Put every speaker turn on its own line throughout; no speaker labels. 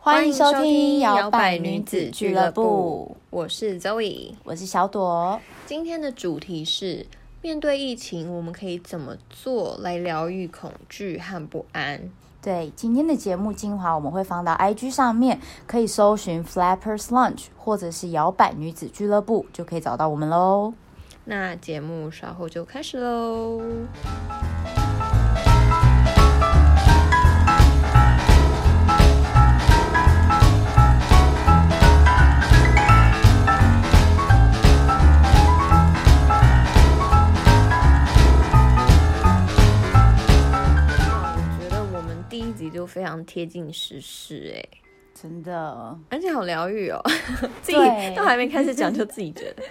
欢迎收听摇摆女子俱乐部，
我是 Zoe。
我是小朵。
今天的主题是：面对疫情，我们可以怎么做来疗愈恐惧和不安？
对，今天的节目精华我们会放到 IG 上面，可以搜寻 Flappers Lunch 或者是摇摆女子俱乐部，就可以找到我们喽。
那节目稍后就开始喽。啊哇我觉得我们第一集就非常贴近时事、欸，哎，
真的，
而且好疗愈哦，自己
对
都还没开始讲就自己觉得。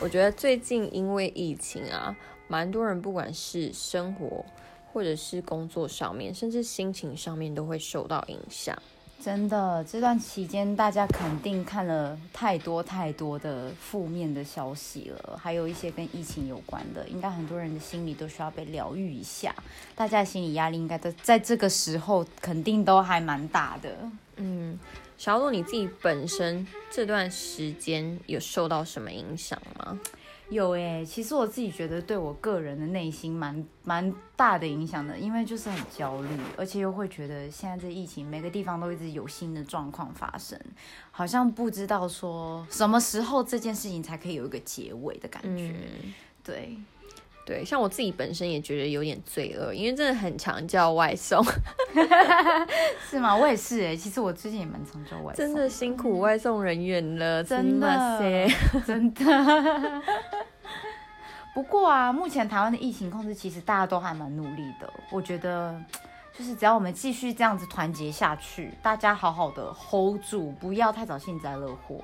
我觉得最近因为疫情啊，蛮多人不管是生活或者是工作上面，甚至心情上面都会受到影响。
真的，这段期间大家肯定看了太多太多的负面的消息了，还有一些跟疫情有关的，应该很多人的心理都需要被疗愈一下。大家的心理压力应该在在这个时候肯定都还蛮大的。
嗯，小鹿你自己本身这段时间有受到什么影响吗？
有诶、其实我自己觉得对我个人的内心蛮蛮大的影响的，因为就是很焦虑，而且又会觉得现在这疫情每个地方都一直有新的状况发生，好像不知道说什么时候这件事情才可以有一个结尾的感觉。
嗯，
对，
对，像我自己本身也觉得有点罪恶，因为真的很常叫外送，
是吗？我也是诶、其实我最近也蛮常叫外送
真的辛苦外送人员了，
真的
塞。
真的。 不过啊，目前台湾的疫情控制，其实大家都还蛮努力的。我觉得，就是只要我们继续这样子团结下去，大家好好的 hold 住，不要太早幸灾乐祸。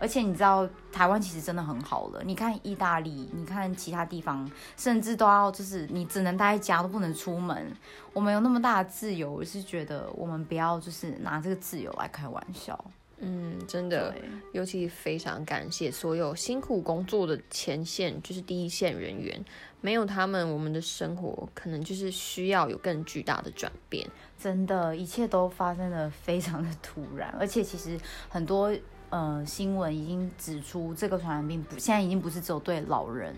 而且你知道，台湾其实真的很好了。你看意大利，你看其他地方，甚至都要就是你只能待在家，都不能出门。我们有那么大的自由，我是觉得我们不要就是拿这个自由来开玩笑。
嗯，真的，
对
尤其非常感谢所有辛苦工作的前线，就是第一线人员，没有他们，我们的生活可能就是需要有更巨大的转变。
真的，一切都发生的非常的突然， 而且其实很多呃新闻已经指出，这个传染病不现在已经不是只有对老人，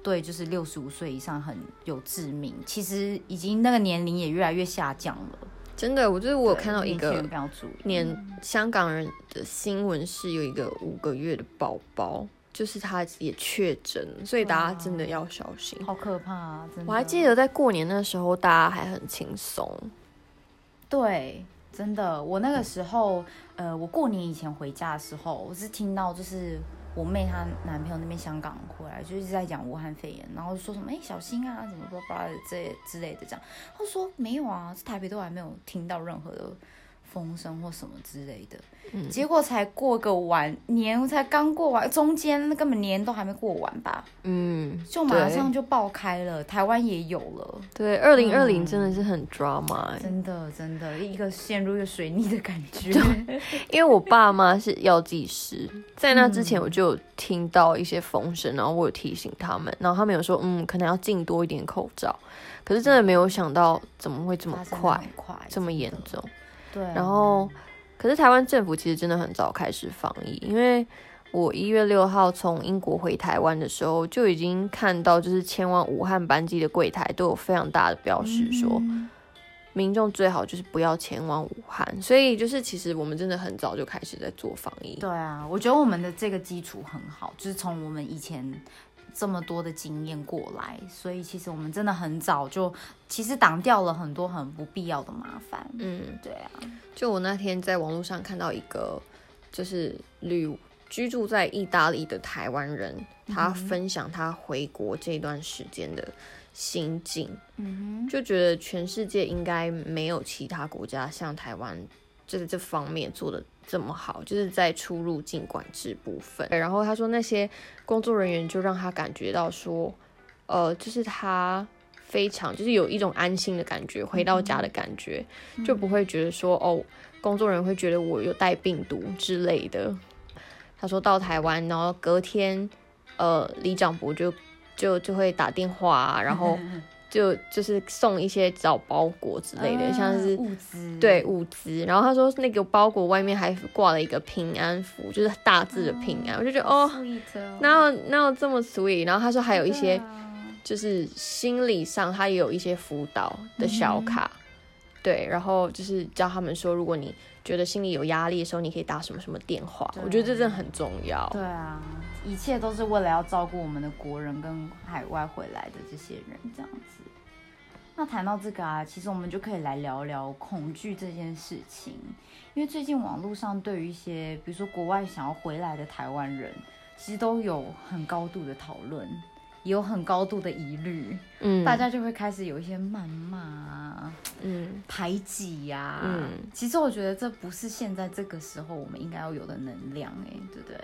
对就是六十五岁以上很有致命，其实已经那个年龄也越来越下降了。
真的，我就是我有
对
看到一
年轻
个
人更要注意，
年香港人的新闻是有一个五个月的宝宝，就是他也确诊，所以大家真的要小心。
好可怕、啊，真的。
嗯我还记得在过年的时候，大家还很轻松。
对，真的，我那个时候，呃，我过年以前回家的时候，我是听到就是我妹她男朋友那边香港回来，就一直在讲武汉肺炎，然后说什么哎、小心啊，怎么巴拉巴拉的这之类的这样，她说没有啊，台北都还没有听到任何的。风声或什么之类的，
嗯
结果才过个完年，才刚过完，中间根本年都还没过完吧，
嗯，
就马
对
上就爆开了，台湾也有了，
对，二零二零
嗯
真的是很 drama，、欸
真的真的，一个陷入一个水泥的感觉。
因为我爸妈是药剂师，
嗯
在那之前我就有听到一些风声，然后我有提醒他们，然后他们有说，嗯，可能要进多一点口罩，可是真的没有想到怎么会这么
发生得
快
很，快，
这么严重。
对啊。
然后，可是台湾政府其实真的很早开始防疫，因为我一月六号从英国回台湾的时候，就已经看到就是前往武汉班机的柜台都有非常大的标识说，
嗯
民众最好就是不要前往武汉。所以就是其实我们真的很早就开始在做防疫。
对啊，我觉得我们的这个基础很好，就是从我们以前这么多的经验过来，所以其实我们真的很早就其实挡掉了很多很不必要的麻烦。
嗯，
对啊，
就我那天在网络上看到一个，就是旅居住在意大利的台湾人，他分享他回国这段时间的心境。
嗯
就觉得全世界应该没有其他国家像台湾这这方面做的这么好，就是在出入境管制部分。然后他说那些工作人员就让他感觉到说，呃，就是他非常就是有一种安心的感觉，回到家的感觉，就不会觉得说哦，工作人员会觉得我有带病毒之类的。他说到台湾，然后隔天，呃，李长博就就就会打电话啊、然后。就就是送一些小包裹之类的，
啊
像是
物资，
对，物资，然后他说那个包裹外面还挂了一个平安符，就是大字的平安，我就觉得哦，
，sweet，啊
哪有哪有这么 sweet？然后他说还有一
对
些
啊
就是心理上他也有一些辅导的小卡，
嗯
对，然后就是教他们说，如果你觉得心里有压力的时候，你可以打什么什么电话，我觉得这真的很重要。
对啊，一切都是为了要照顾我们的国人跟海外回来的这些人，这样子。那谈到这个啊，其实我们就可以来聊聊恐惧这件事情，因为最近网络上对于一些，比如说国外想要回来的台湾人，其实都有很高度的讨论，也有很高度的疑虑，
嗯，
大家就会开始有一些谩骂啊、
嗯
排挤呀、
嗯，
其实我觉得这不是现在这个时候我们应该要有的能量、哎，对不对？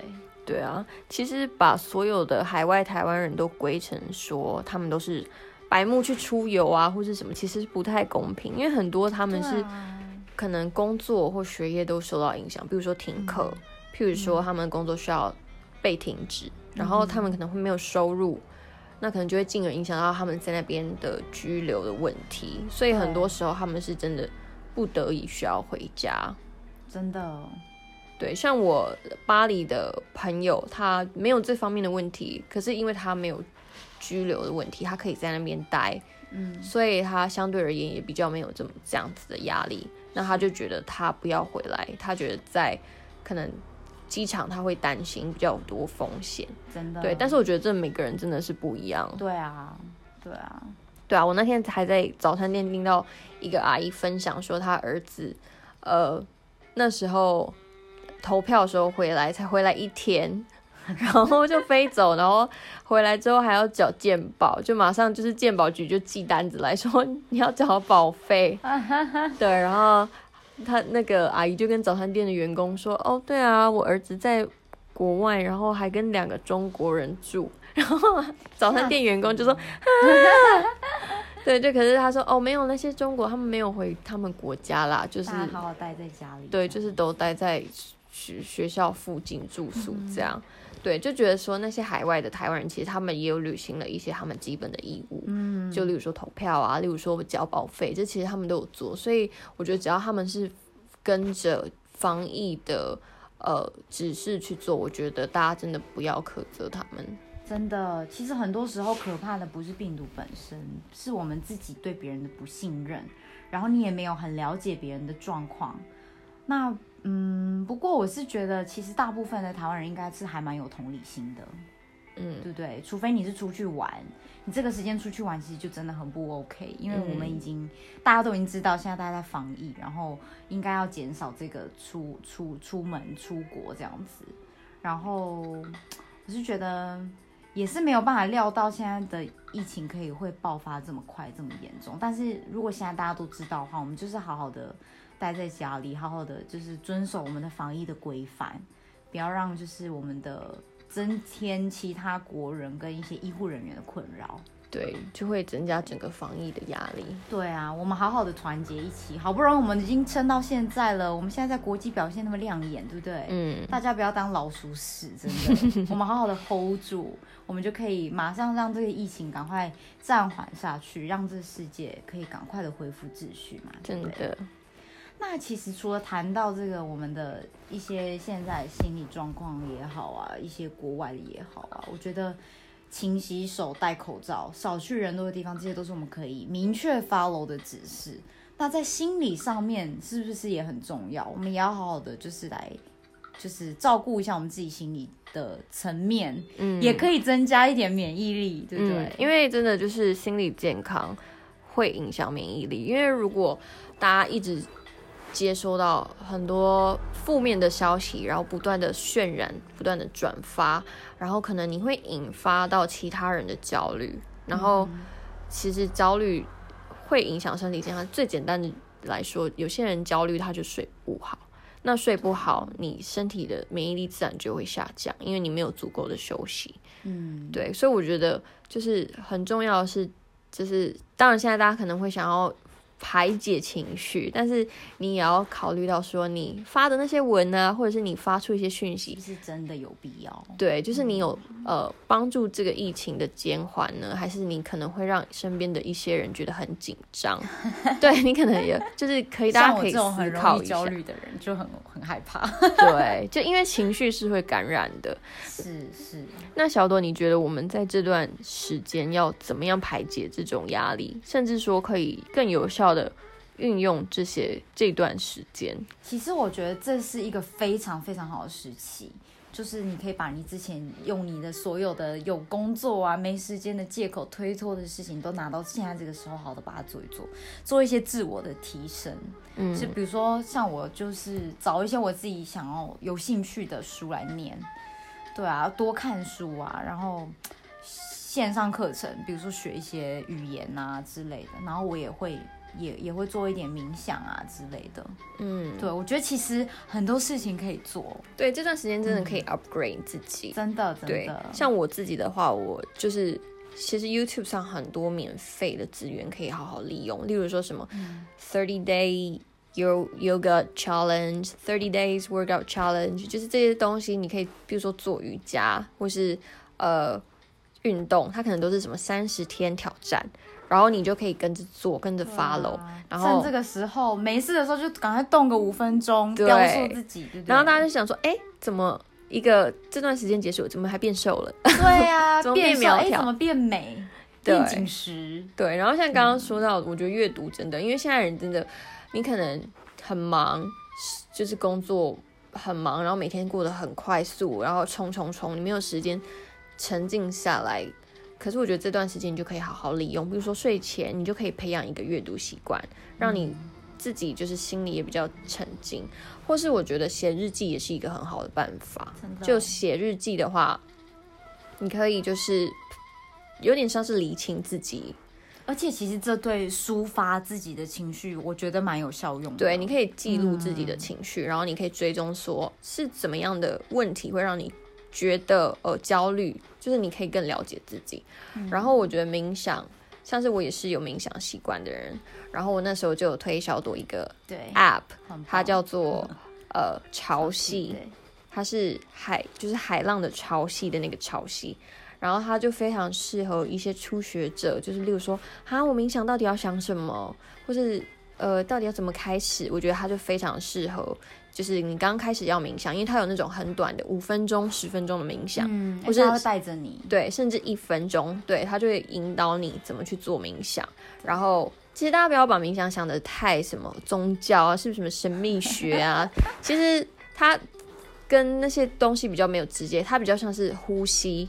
对啊，其实把所有的海外台湾人都归成说他们都是白目去出游啊，或是什么，其实不太公平，因为很多他们
对
是
啊
可能工作或学业都受到影响，比如说停课，
嗯
譬如说他们工作需要被停止，
嗯
然后他们可能会没有收入，那可能就会进而影响到他们在那边的居留的问题，所以很多时候他们是真的不得已需要回家。
真的，
对，像我巴黎的朋友，他没有这方面的问题，可是因为他没有拘留的问题，他可以在那边待，
嗯，
所以他相对而言也比较没有这么这样子的压力。那他就觉得他不要回来，他觉得在可能机场他会担心比较多风险。
真的，
对，但是我觉得这每个人真的是不一样。
对啊，对啊，
对啊，我那天还在早餐店听到一个阿姨分享说，她儿子，呃，那时候投票的时候回来才回来一天， 然后就飞走，然后回来之后还要缴健保，就马上就是健保局就寄单子来说 你要缴保费，对，然后他那个阿姨就跟早餐店的员工说，哦，对啊，我儿子在国外，然后还跟两个中国人住， 然后早餐店员工就说。
嗯
对，就可是他说哦，没有那些中国，他们没有回他们国家啦，就是
大家好好待在家里，
对，就是都待在学学校附近住宿
嗯
这样。对，就觉得说那些海外的台湾人，其实他们也有履行了一些他们基本的义务，嗯，就例如说投票啊，例如说交保费，这其实他们都有做。所以我觉得只要他们是跟着防疫的呃指示去做，我觉得大家真的不要苛责他们。
真的，其实很多时候可怕的不是病毒本身，是我们自己对别人的不信任，然后你也没有很了解别人的状况。那嗯，不过我是觉得，其实大部分的台湾人应该是还蛮有同理心的，
嗯，
对不对？除非你是出去玩，你这个时间出去玩其实就真的很不 OK，因为我们已经、大家都已经知道现在大家在防疫，然后应该要减少这个出出出门出国这样子。然后我是觉得也是没有办法料到现在的疫情可以会爆发这么快这么严重，但是如果现在大家都知道的话，我们就是好好的待在家里，好好的就是遵守我们的防疫的规范，不要让就是我们的增添其他国人跟一些医护人员的困扰。
对，就会增加整个防疫的压力。
对啊，我们好好的团结一起，好不容易我们已经撑到现在了，我们现在在国际表现那么亮眼，对不对？
嗯，
大家不要当老鼠屎，真 的，我们好好的 hold 住，我们就可以马上让这个疫情赶快暂缓下去，让这世界可以赶快的恢复秩序嘛，对
真
不对？
的，
那其实除了谈到这个我们的一些现在心理状况也好啊，一些国外的也好啊，我觉得勤洗手、戴口罩、少去人多的地方，这些都是我们可以明确 follow 的指示。那在心理上面是不是也很重要？我们也要好好的就是来。就是照顾一下我们自己心理的层面，
嗯，
也可以增加一点免疫力，对不对？
嗯，因为真的就是心理健康会影响免疫力，因为如果大家一直接收到很多负面的消息，然后不断的渲染、不断的转发，然后可能你会引发到其他人的焦虑，然后
嗯
其实焦虑会影响身体健康。最简单的来说，有些人焦虑他就睡不好。那睡不好，你身体的免疫力自然就会下降，因为你没有足够的休息。
嗯，
对，所以我觉得就是很重要的是，就是当然现在大家可能会想要排解情绪，但是你也要考虑到说你发的那些文啊，或者是你发出一些讯息
是嗯不，是真的有必要？
对，就是你有呃帮助这个疫情的减缓呢，还是你可能会让身边的一些人觉得很紧张？ 对你可能也就是可以，大
像
家
我
可以
这种很
思
容
考
易
一下
焦。虑的人就很很害怕。
对，就因为情绪是会感染的。
是是，
那小朵，你觉得我们在这段时间要怎么样排解这种压力，甚至说可以更有效的运用这些这段时间？
其实我觉得这是一个非常非常好的时期，就是你可以把你之前用你的所有的有工作啊、没时间的借口推脱的事情，都拿到现在这个时候，好的把它做一做，做一些自我的提升。
嗯
就比如说像我，就是找一些我自己想要有兴趣的书来念，对啊，多看书啊，然后线上课程，比如说学一些语言啊之类的，然后我也会也也会做一点冥想啊之类的。
嗯，
对，我觉得其实很多事情可以做，
对，这段时间真的可以 upgrade 自己。
真的真
对
的，。
像我自己的话，我就是其实 YouTube 上很多免费的资源可以好好利用，例如说什么 Thirty Day Yo- Yoga Challenge、Thirty Days Workout Challenge，就是这些东西，你可以比如说做瑜伽，或是呃运动，它可能都是什么三十天挑战，然后你就可以跟着做，跟着 follow，、然后
趁啊这个时候没事的时候，就赶快动个五分钟，
对
雕塑自己，对不对？
然后大家就想说，哎，怎么一个这段时间结束，怎么还变瘦了？
对啊，
怎么
变
变
瘦
苗
哎
条
怎么变美，
对
变紧实，
对，然后像刚刚说到，我觉得阅读真的，因为现在人真的，你可能很忙，就是工作很忙，然后每天过得很快速，然后冲冲冲，你没有时间沉静下来。可是我觉得这段时间你就可以好好利用，比如说睡前你就可以培养一个阅读习惯，让你自己就是心里也比较沉静，或是我觉得写日记也是一个很好的办法。
真的
就写日记的话，你可以就是有点像是理清自己
而且其实这对抒发自己的情绪，我觉得蛮有效用的。
对，你可以记录自己的情绪，然后你可以追踪说是怎么样的问题会让你觉得呃焦虑，就是你可以更了解自己。然后我觉得冥想，像是我也是有冥想习惯的人，然后我那时候就有推小朵一个
对，
app，
很棒
它叫做呃潮汐，
对
它是海就是海浪的潮汐的那个潮汐。然后它就非常适合一些初学者，就是例如说，哈，我冥想到底要想什么，或是呃，到底要怎么开始？我觉得它就非常适合，就是你刚开始要冥想，因为它有那种很短的五分钟、十分钟的冥想，
嗯，
或
而
是
且它会带着你，
对，甚至一分钟，对，它就会引导你怎么去做冥想。然后，其实大家不要把冥想想的太什么宗教啊，是不是什么神秘学 啊？其实它跟那些东西比较没有直接，它比较像是呼吸，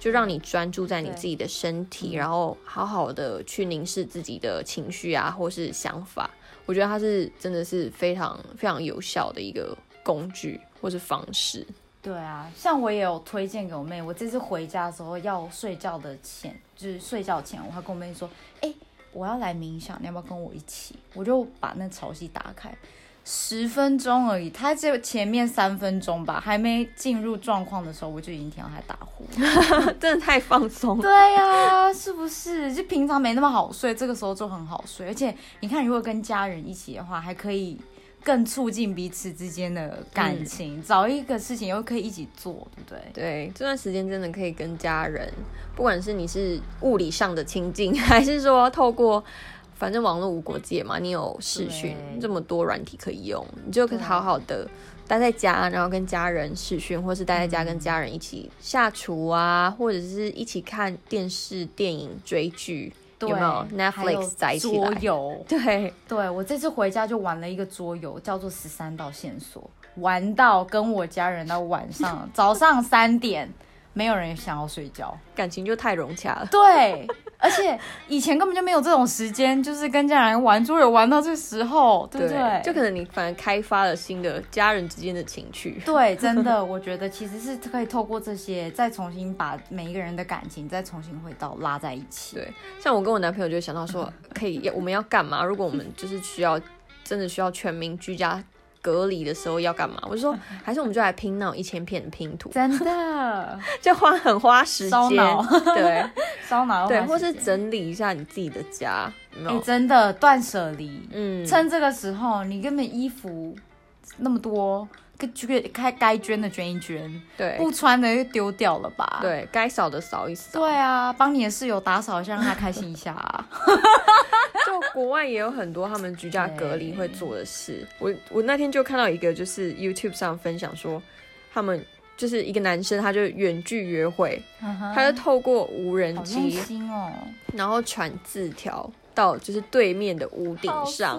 就让你专注在你
对
自己的身体，然后好好的去凝视自己的情绪啊，或是想法。我觉得它是真的是非常非常有效的一个工具或是方式。
对啊，像我也有推荐给我妹，我这次回家的时候要睡觉的前，就是睡觉前，我还跟我妹说，哎、我要来冥想，你要不要跟我一起？我就把那潮汐打开，十分钟而已，她就前面三分钟吧，还没进入状况的时候，我就已经听到她打呼。
真的太放松了。
对呀、是不是？就平常没那么好睡，这个时候就很好睡。而且你看，如果跟家人一起的话，还可以更促进彼此之间的感情，
嗯
找一个事情又可以一起做，对不对？
对，这段时间真的可以跟家人，不管是你是物理上的亲近， 还是说透过反正网络无国界嘛，你有视讯
对
这么多软体可以用，你就可以
对啊
好好的待在家，然后跟家人视讯，或是待在
嗯
家跟家人一起下厨啊，或者是一起看电视、电影、追剧，有
对，
没有
还有
Netflix 宅起
桌
来？
游，
对，
对我这次回家就玩了一个桌游，叫做《十三道线索》，玩到跟我家人到晚上早上三点，没有人想要睡觉。
感情就太融洽了。
对，而且以前根本就没有这种时间，就是跟家人玩桌游玩到这时候，对不对？
就可能你反而开发了新的家人之间的情趣。
对，真的，我觉得其实是可以透过这些，再重新把每一个人的感情再重新回到拉在一起。
对，像我跟我男朋友就想到说，可以要我们要干嘛？如果我们就是需要真的需要全民居家隔离的时候要干嘛？我 就说，还是我们就来拼那种一千片的拼图，
真的
就花很花 时
烧
间
脑，
对
烧脑
对，
要花
或
时
是
间，
整理一下你自己的家，有没
哎、
有？
真的断舍离，
嗯，
趁这个时候，你根本衣服那么多，该捐该该捐的捐一捐，
对
不穿的就丢掉了吧。。
对，该扫的扫一扫。
对啊，帮你的室友打扫一下，让他开心一下、啊。
就国外也有很多他们居家隔离会做的事。我我那天就看到一个，就是 YouTube 上分享说，他们就是一个男生，他就远距约会，他就透过无人
嗯好用
机，
心哦，
然后传字条到就是对面的屋顶上。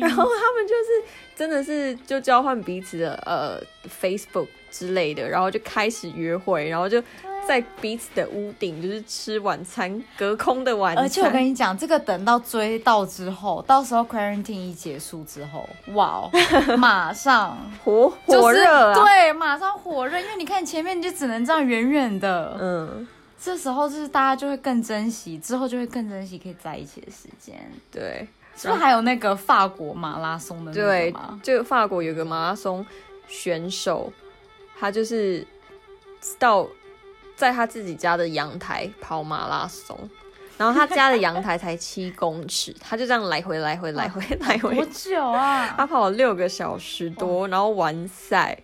然后他们就是真的是就交换彼此的呃 Facebook 之类的，然后就开始约会，然后就在彼此的屋顶就是吃晚餐，隔空的晚餐。
而且我跟你讲，这个等到追到之后，到时候 quarantine 一结束之后，哇，哦，马上
火
就是
火热啊！
对，马上火热，因为你看前面你就只能这样远远的，
嗯，
这时候就是大家就会更珍惜，之后就会更珍惜可以在一起的时间。
对
是不是还有那个法国马拉松的那个
对
吗，？
就法国有个马拉松选手，他就是到在他自己家的阳台跑马拉松。然后他家的阳台才七公尺，他就这样来回来回来回来回
多久啊？
他跑了六个小时多，然后完赛，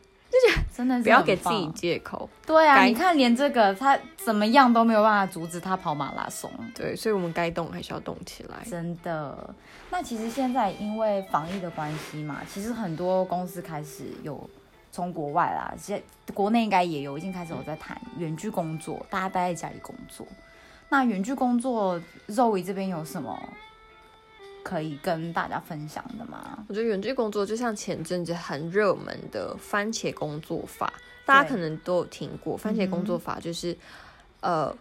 真的是
不要
很
给自己
棒
借口。
对啊！
改
你看，连这个他怎么样都没有办法阻止他跑马拉松。
对，所以我们该动还是要动起来。
真的，那其实现在因为防疫的关系嘛，其实很多公司开始有从国外啦，现国内应该也有已经开始有在谈远距工作，大家待在家里工作。那远距工作，Zoe 这边有什么可以跟大家分享的吗？
我觉得远距工作就像前阵子很热门的番茄工作法，大家
对嗯
可能都有听过。番茄工作法就是，呃，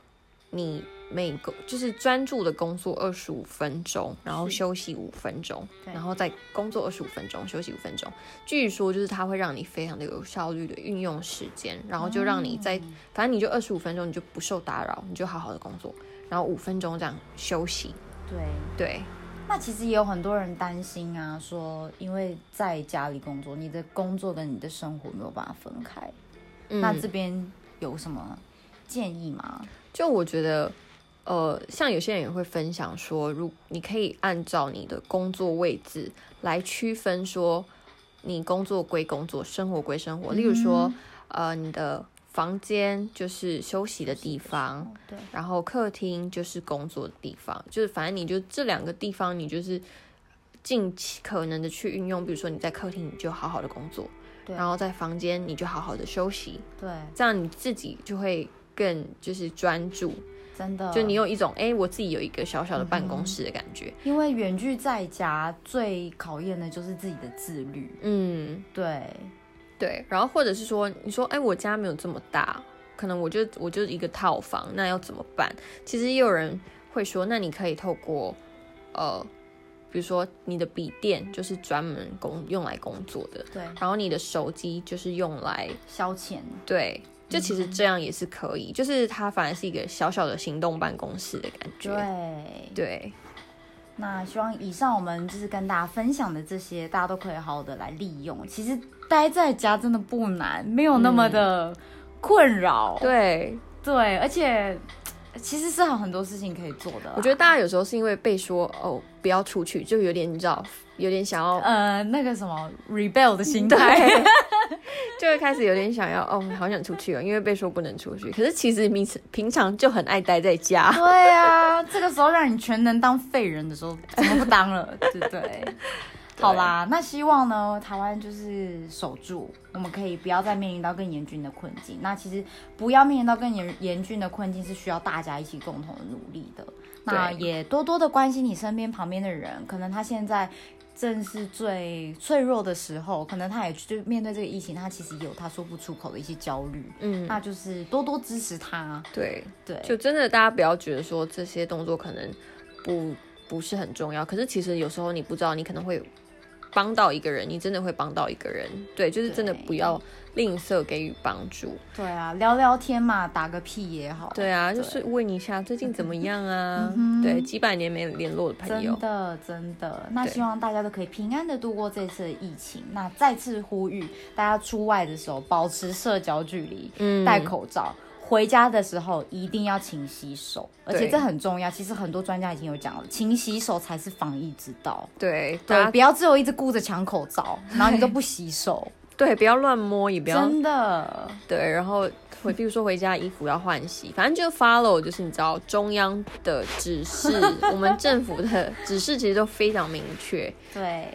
你每个就是专注的工作二十五分钟，然后
是
休息五分钟，
对
然后再工作二十五分钟，休息五分钟。据说就是它会让你非常的有效率的运用时间，然后就让你
哦
在、
嗯
反正你就二十五分钟，你就不受打扰，你就好好的工作，然后五分钟这样休息。
对，
对，
那其实也有很多人担心啊，说因为在家里工作，你的工作跟你的生活没有办法分开。
嗯
那这边有什么建议吗？
就我觉得，呃，像有些人也会分享说，如你可以按照你的工作位置来区分说，你工作归工作，生活归生活。例如说，呃，你的房间就是休息的地方，
哦，对，
然后客厅就是工作的地方，就是反正你就这两个地方，你就是尽其可能的去运用。比如说你在客厅，你就好好的工作；
对
然后在房间，你就好好的休息。
对，
这样你自己就会更就是专注，
真的，
就你有一种哎、诶我自己有一个小小的办公室的感觉。
因为远距在家最考验的就是自己的自律，
嗯，
对，
对。然后或者是说，你说哎、诶我家没有这么大，可能我就我就一个套房，那要怎么办？其实也有人会说，那你可以透过呃，比如说你的笔电就是专门工用来工作的，
对，
然后你的手机就是用来
消遣，
对。就其实这样也是可以，就是它反而是一个小小的行动办公室的感觉。
对，
对，
那希望以上我们就是跟大家分享的这些，大家都可以好好的来利用。其实待在家真的不难，没有那么的困扰，
嗯对，
对，而且。其实是有很多事情可以做的啦，
我觉得大家有时候是因为被说哦不要出去，就有点你知道，有点想要，
呃那个什么 rebel 的心态，
对，就会开始有点想要哦，好想出去哦，因为被说不能出去。可是其实平时平常就很爱待在家，
对啊，这个时候让你全能当废人的时候，怎么不当 了？对不对？好啦，那希望呢，台湾就是守住，我们可以不要再面临到更严峻的困境。那其实不要面临到更严严峻的困境，是需要大家一起共同的努力的。那
对
也多多的关心你身边旁边的人，可能他现在正是最脆弱的时候，可能他也就面对这个疫情，他其实也有他说不出口的一些焦虑。
嗯，
那就是多多支持他，
对，
对，
就真的大家不要觉得说这些动作可能不不是很重要，可是其实有时候你不知道，你可能会帮到一个人，你真的会帮到一个人。对，就是真的
对
不要吝啬给予帮助。
对啊，聊聊天嘛，打个屁也好。
对啊，就是问一下最近怎么样啊？
嗯哼
对，几百年没联络的朋友
真，的真的，那
对
希望大家都可以平安的度过这次的疫情。那再次呼吁大家出外的时候保持社交距离，
嗯
戴口罩。回家的时候一定要勤洗手，而且
对
这很重要。其实很多专家已经有讲了，勤洗手才是防疫之道。
对，大
对，
家
不要只有一直顾着抢口罩，然后你都不洗手，
对，不要乱摸， 也不要
真的。
对，然后回，比如说回家衣服要换洗，反正就 follow，就是你知道中央的指示，我们政府 的指示其实都非常明确。
对，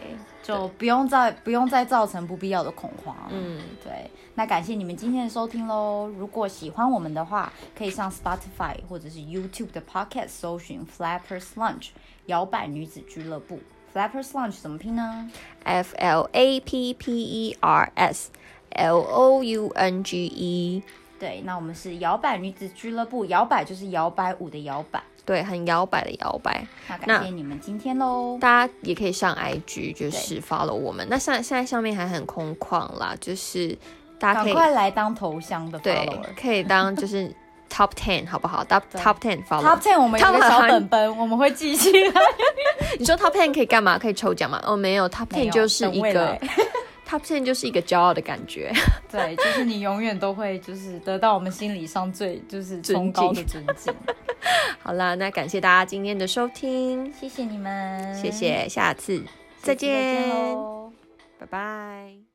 就不用再不用再造成不必要的恐慌。
嗯，
对，那感谢你们今天的收听喽。如果喜欢我们的话，可以上 Spotify 或者是 YouTube 的 Podcast 搜寻 Flappers Lunch 摇摆女子俱乐部。Flappers Lunch 怎么拼呢？
F L A P P E R S L O U N G E，
对，那我们是摇摆女子俱乐部，摇摆就是摇摆舞的摇摆。
对，很摇摆的摇摆。
那
那
感谢你们今天喽。
大家也可以上 IG，就是 follow 我们。那现在现在上面还很空旷啦，就是大家可
赶
以
快来当头像的
对
follower。
可以当就是 top ten 好不好？top
对
top ten follow
Top。Ten 我们有一个
Top
小
100
本本，我们会记 起来。
你说 top ten 可以干嘛？可以抽奖吗？哦，没有，top
没
ten
有
就是
等
一
未
个
来
top ten 就是一个骄傲的感觉。
对，就是你永远都会就是得到我们心理上最就是崇
尊敬
高的尊敬。
好啦，那感谢大家今天的收听，
谢谢你们，
谢，谢，下次再
嗯再见
见，
喽。
拜拜。